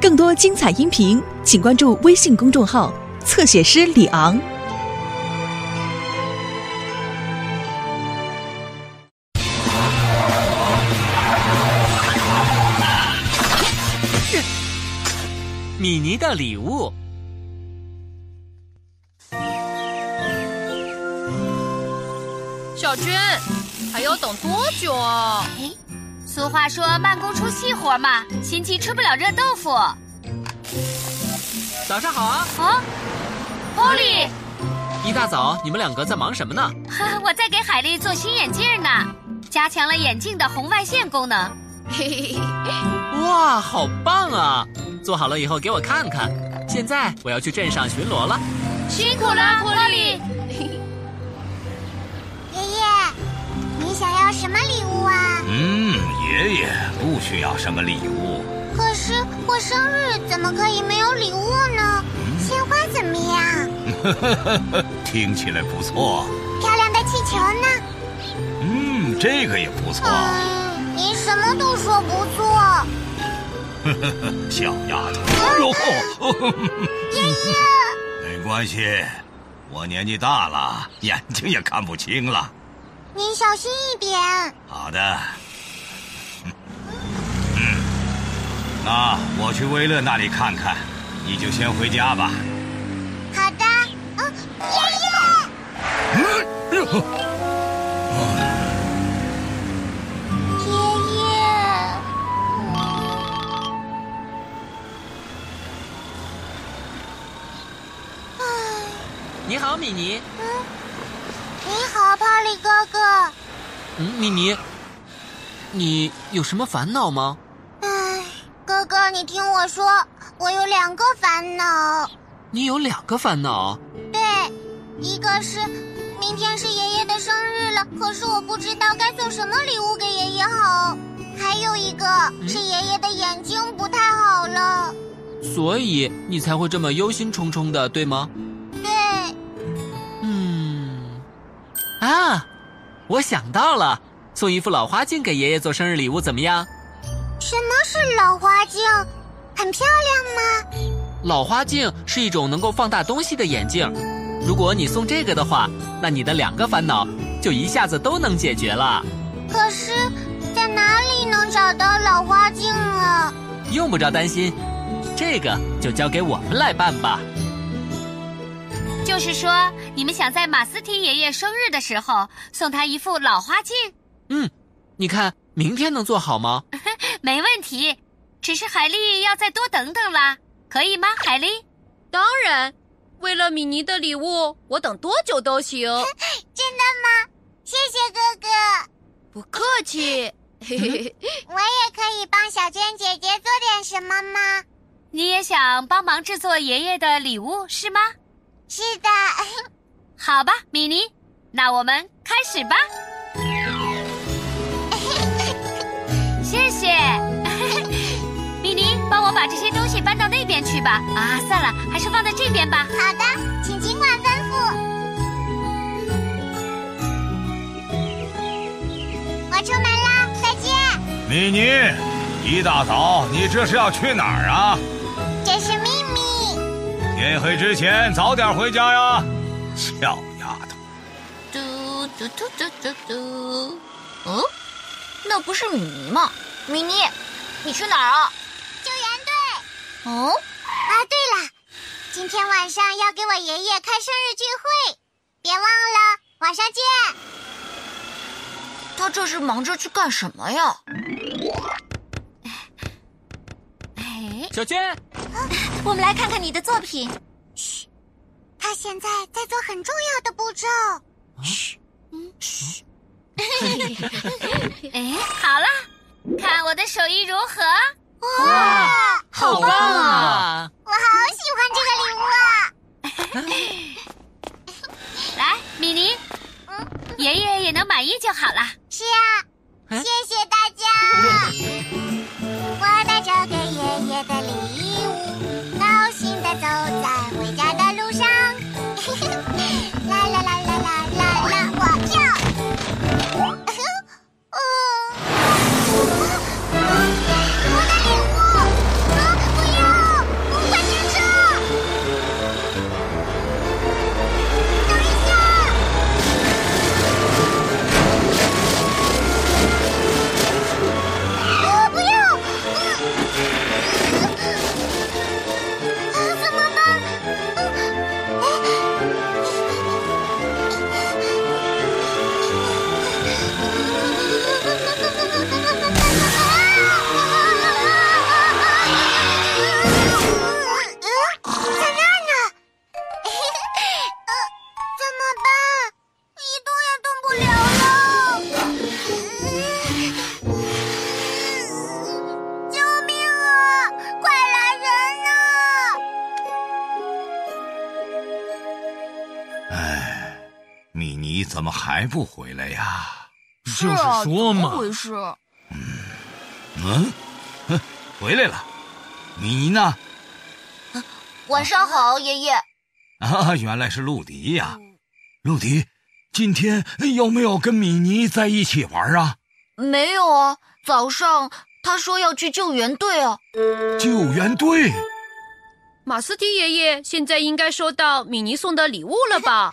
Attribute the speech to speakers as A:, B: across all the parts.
A: 更多精彩音频，请关注微信公众号“侧写师李昂”。
B: 米妮的礼物。
C: 小军，还要等多久啊？
D: 哎，俗话说慢工出细活嘛，心急吃不了热豆腐。
B: 早上好啊！
D: 哦，Polly，
B: 一大早你们两个在忙什么呢？
D: 我在给海丽做新眼镜呢，加强了眼镜的红外线功能。嘿嘿嘿，
B: 哇，好棒啊！做好了以后给我看看。现在我要去镇上巡逻了。
D: 辛苦啦，Polly。
E: 爷爷，你想要什么礼物啊？
F: 嗯，爷爷不需要什么礼物。
E: 可是过生日怎么可以没有礼物呢？鲜花怎么样？
F: 听起来不错。
E: 漂亮的气球呢？
F: 嗯，这个也不
B: 哦
F: 错。
E: 嗯，你什么都说不错。
F: 小丫头，哟，
E: 爷爷，
F: 没关系，我年纪大了，眼睛也看不清了。
E: 您小心一点。
F: 好的。嗯，那我去威乐那里看看，你就先回家吧。
E: 好的。嗯，爷爷，爷爷。
B: 你好，米妮。
E: 你好，泡利哥哥。
B: 嗯，米妮，你有什么烦恼吗？
E: 唉，哥哥，你听我说，我有两个烦恼。
B: 你有两个烦恼。
E: 对，一个是明天是爷爷的生日了，可是我不知道该送什么礼物给爷爷好。还有一个是爷爷的眼睛不太好了。
B: 所以你才会这么忧心忡忡的，对吗？
E: 对，
B: 嗯，啊，我想到了，送一副老花镜给爷爷做生日礼物怎么样？
E: 什么是老花镜？很漂亮吗？
B: 老花镜是一种能够放大东西的眼镜，如果你送这个的话，那你的两个烦恼就一下子都能解决了，
E: 可是，在哪里能找到老花镜啊？
B: 用不着担心。这个就交给我们来办吧。
D: 就是说，你们想在马斯提爷爷生日的时候送他一副老花镜？
B: 嗯，你看明天能做好吗？
D: 没问题，只是海丽要再多等等啦，可以吗？海丽，
C: 当然，为了米妮的礼物，我等多久都行，
E: 真的吗？谢谢哥哥，
C: 不客气。嘿嘿嘿，
E: 我也可以帮小娟姐姐做点什么吗？
D: 你也想帮忙制作爷爷的礼物是吗？
E: 是的，
D: 好吧，米妮，那我们开始吧。 谢谢， 米妮，帮我把这些东西搬到那边去吧。啊，算了，还是放在这边吧。
E: 好的，请尽管吩咐。我出门啦，再见。
F: 米妮，一大早你这是要去哪儿啊？
E: 这是秘密。
F: 天黑之前早点回家呀，小丫头。
C: 嘟嘟嘟嘟嘟嘟。嗯，那不是米妮吗？米妮，你去哪儿啊？
E: 救援队。
C: 哦，
E: 啊，对了，今天晚上要给我爷爷开生日聚会，别忘了，晚上见。
C: 他这是忙着去干什么呀？
D: 哎，
B: 小娟，
C: 我们来看看你的作品。
E: 他现在在做很重要的步骤。
D: 哎，好了，看我的手艺如何？
B: 哇，好棒啊！
E: 我好喜欢这个礼物啊！
D: 来，米妮，爷爷也能满意就好了。
E: 是啊，
B: 哎
E: 谢谢大家。我带着给爷爷的礼物，高兴的走在回家的路上。 啦啦啦啦啦啦啦，我跳。 哦哦，我的礼物。啊
F: 怎么还不回来呀？
G: 就是说
C: 怎么
G: 嘛，
C: 回事？
F: 嗯，哼，回来了。米妮呢？
E: 晚上好，爷爷。
F: 啊，原来是陆迪呀、陆迪，今天哎有没有跟米妮在一起玩啊？
C: 没有啊，早上他说要去救援队啊。
F: 救援队。
H: 马斯提爷爷现在应该收到米妮送的礼物了吧？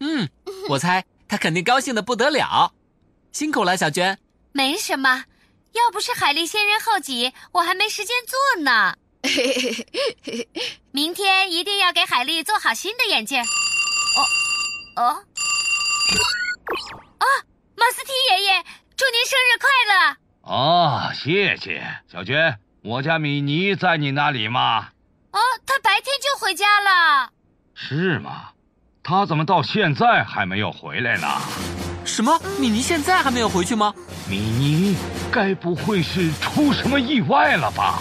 B: 嗯，我猜他肯定高兴的不得了。辛苦了，小娟。
D: 没什么，要不是海力仙人后己，我还没时间做呢。明天一定要给海力做好新的眼镜。哦
C: 啊，
D: 哦马斯提爷爷，祝您生日快乐！
F: 啊，谢谢小娟。我家米妮在你那里吗？
D: 哦，他白天就回家了。
F: 是吗？她怎么到现在还没有回来呢？
B: 什么？米妮现在还没有回去吗？
F: 米妮，该不会是出什么意外了吧？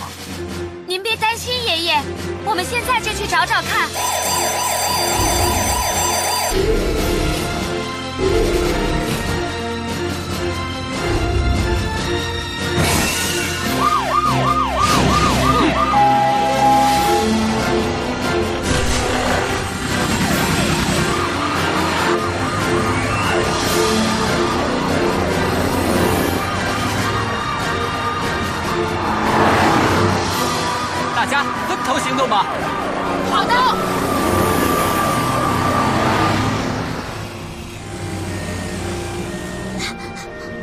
D: 您别担心，爷爷，我们现在就去找找看。
B: 大家分头行动吧。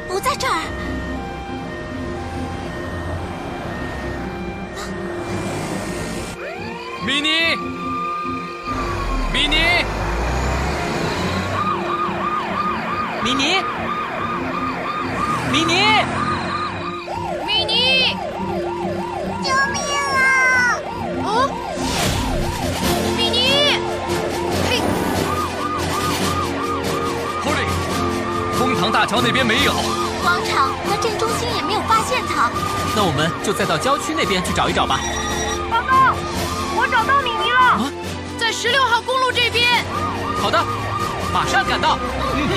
E: 不在这儿。
I: 米妮，米妮，
B: 米妮，米妮。
H: 米妮，
E: 救命啊！
H: 米妮，
I: 库里，空堂大桥那边没有。
E: 广场和镇中心也没有发现他。
B: 那我们就再到郊区那边去找一找吧。
H: 在十六号公路这边。
B: 好的，马上赶到。嗯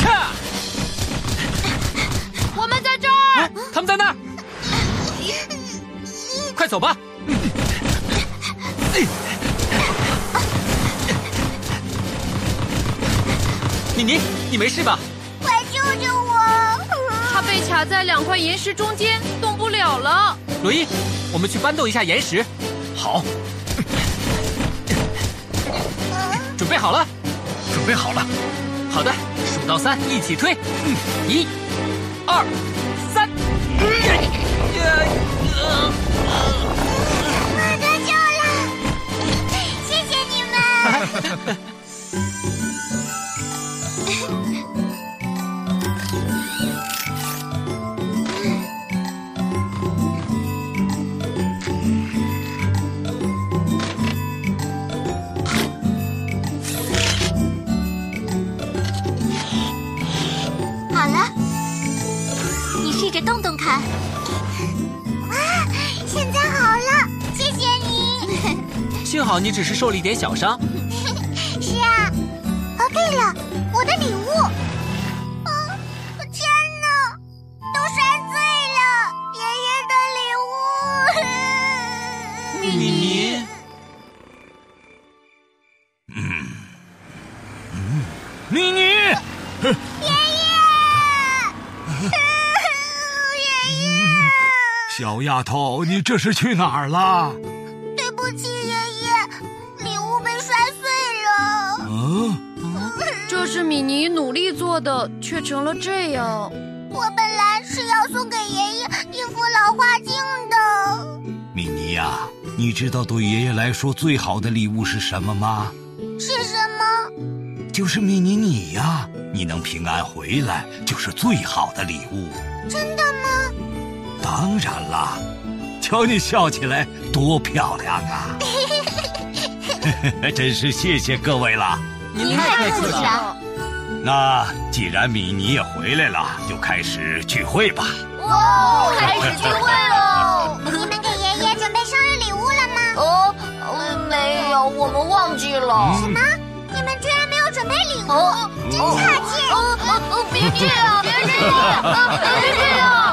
B: 看，
H: 我们在这儿，
B: 哎，他们在那儿，快走吧。米妮，你没事吧？
E: 快救救我！
H: 他被卡在两块岩石中间，动不了了。
B: 罗伊，我们去搬动一下岩石，
I: 好，
B: 准备好了。
I: 准备好了。
B: 好的，数到三，一起推。嗯，一、二、三。
E: 我得救了，谢谢你们。好了，你试着动动看。哇，现在好了，谢谢你。
B: 幸好你只是受了一点小伤。
E: 是啊，哦对了，我的礼物，嗯，天哪，都摔碎了，爷爷的礼物。
B: 米妮，
F: 米妮，
E: 爷爷，
F: 小丫头，你这是去哪儿了？
E: 对不起，爷爷，礼物被摔碎了。
F: 嗯，
H: 这是米妮努力做的，却成了这样。
E: 我本来是要送给爷爷一副老花镜的。
F: 米妮呀、你知道对爷爷来说最好的礼物是什么吗？
E: 是什么？
F: 就是米妮你呀、你能平安回来就是最好的礼物。
E: 真的吗？
F: 当然啦，瞧你笑起来多漂亮 啊！真是谢谢各位了。
B: 您太客气
E: 了
B: 了。
F: 那既然米妮也回来了，就开始聚会吧。
E: 哇，
C: 开始聚会喽！
E: 你们给爷爷准备生日礼物了吗？
C: 哦，呃没有，我们忘记了。
E: 什么？你们居然没有准备礼物？
C: 哦，
E: 真差劲！
C: 哦哦，别这样，别这样，啊别这样！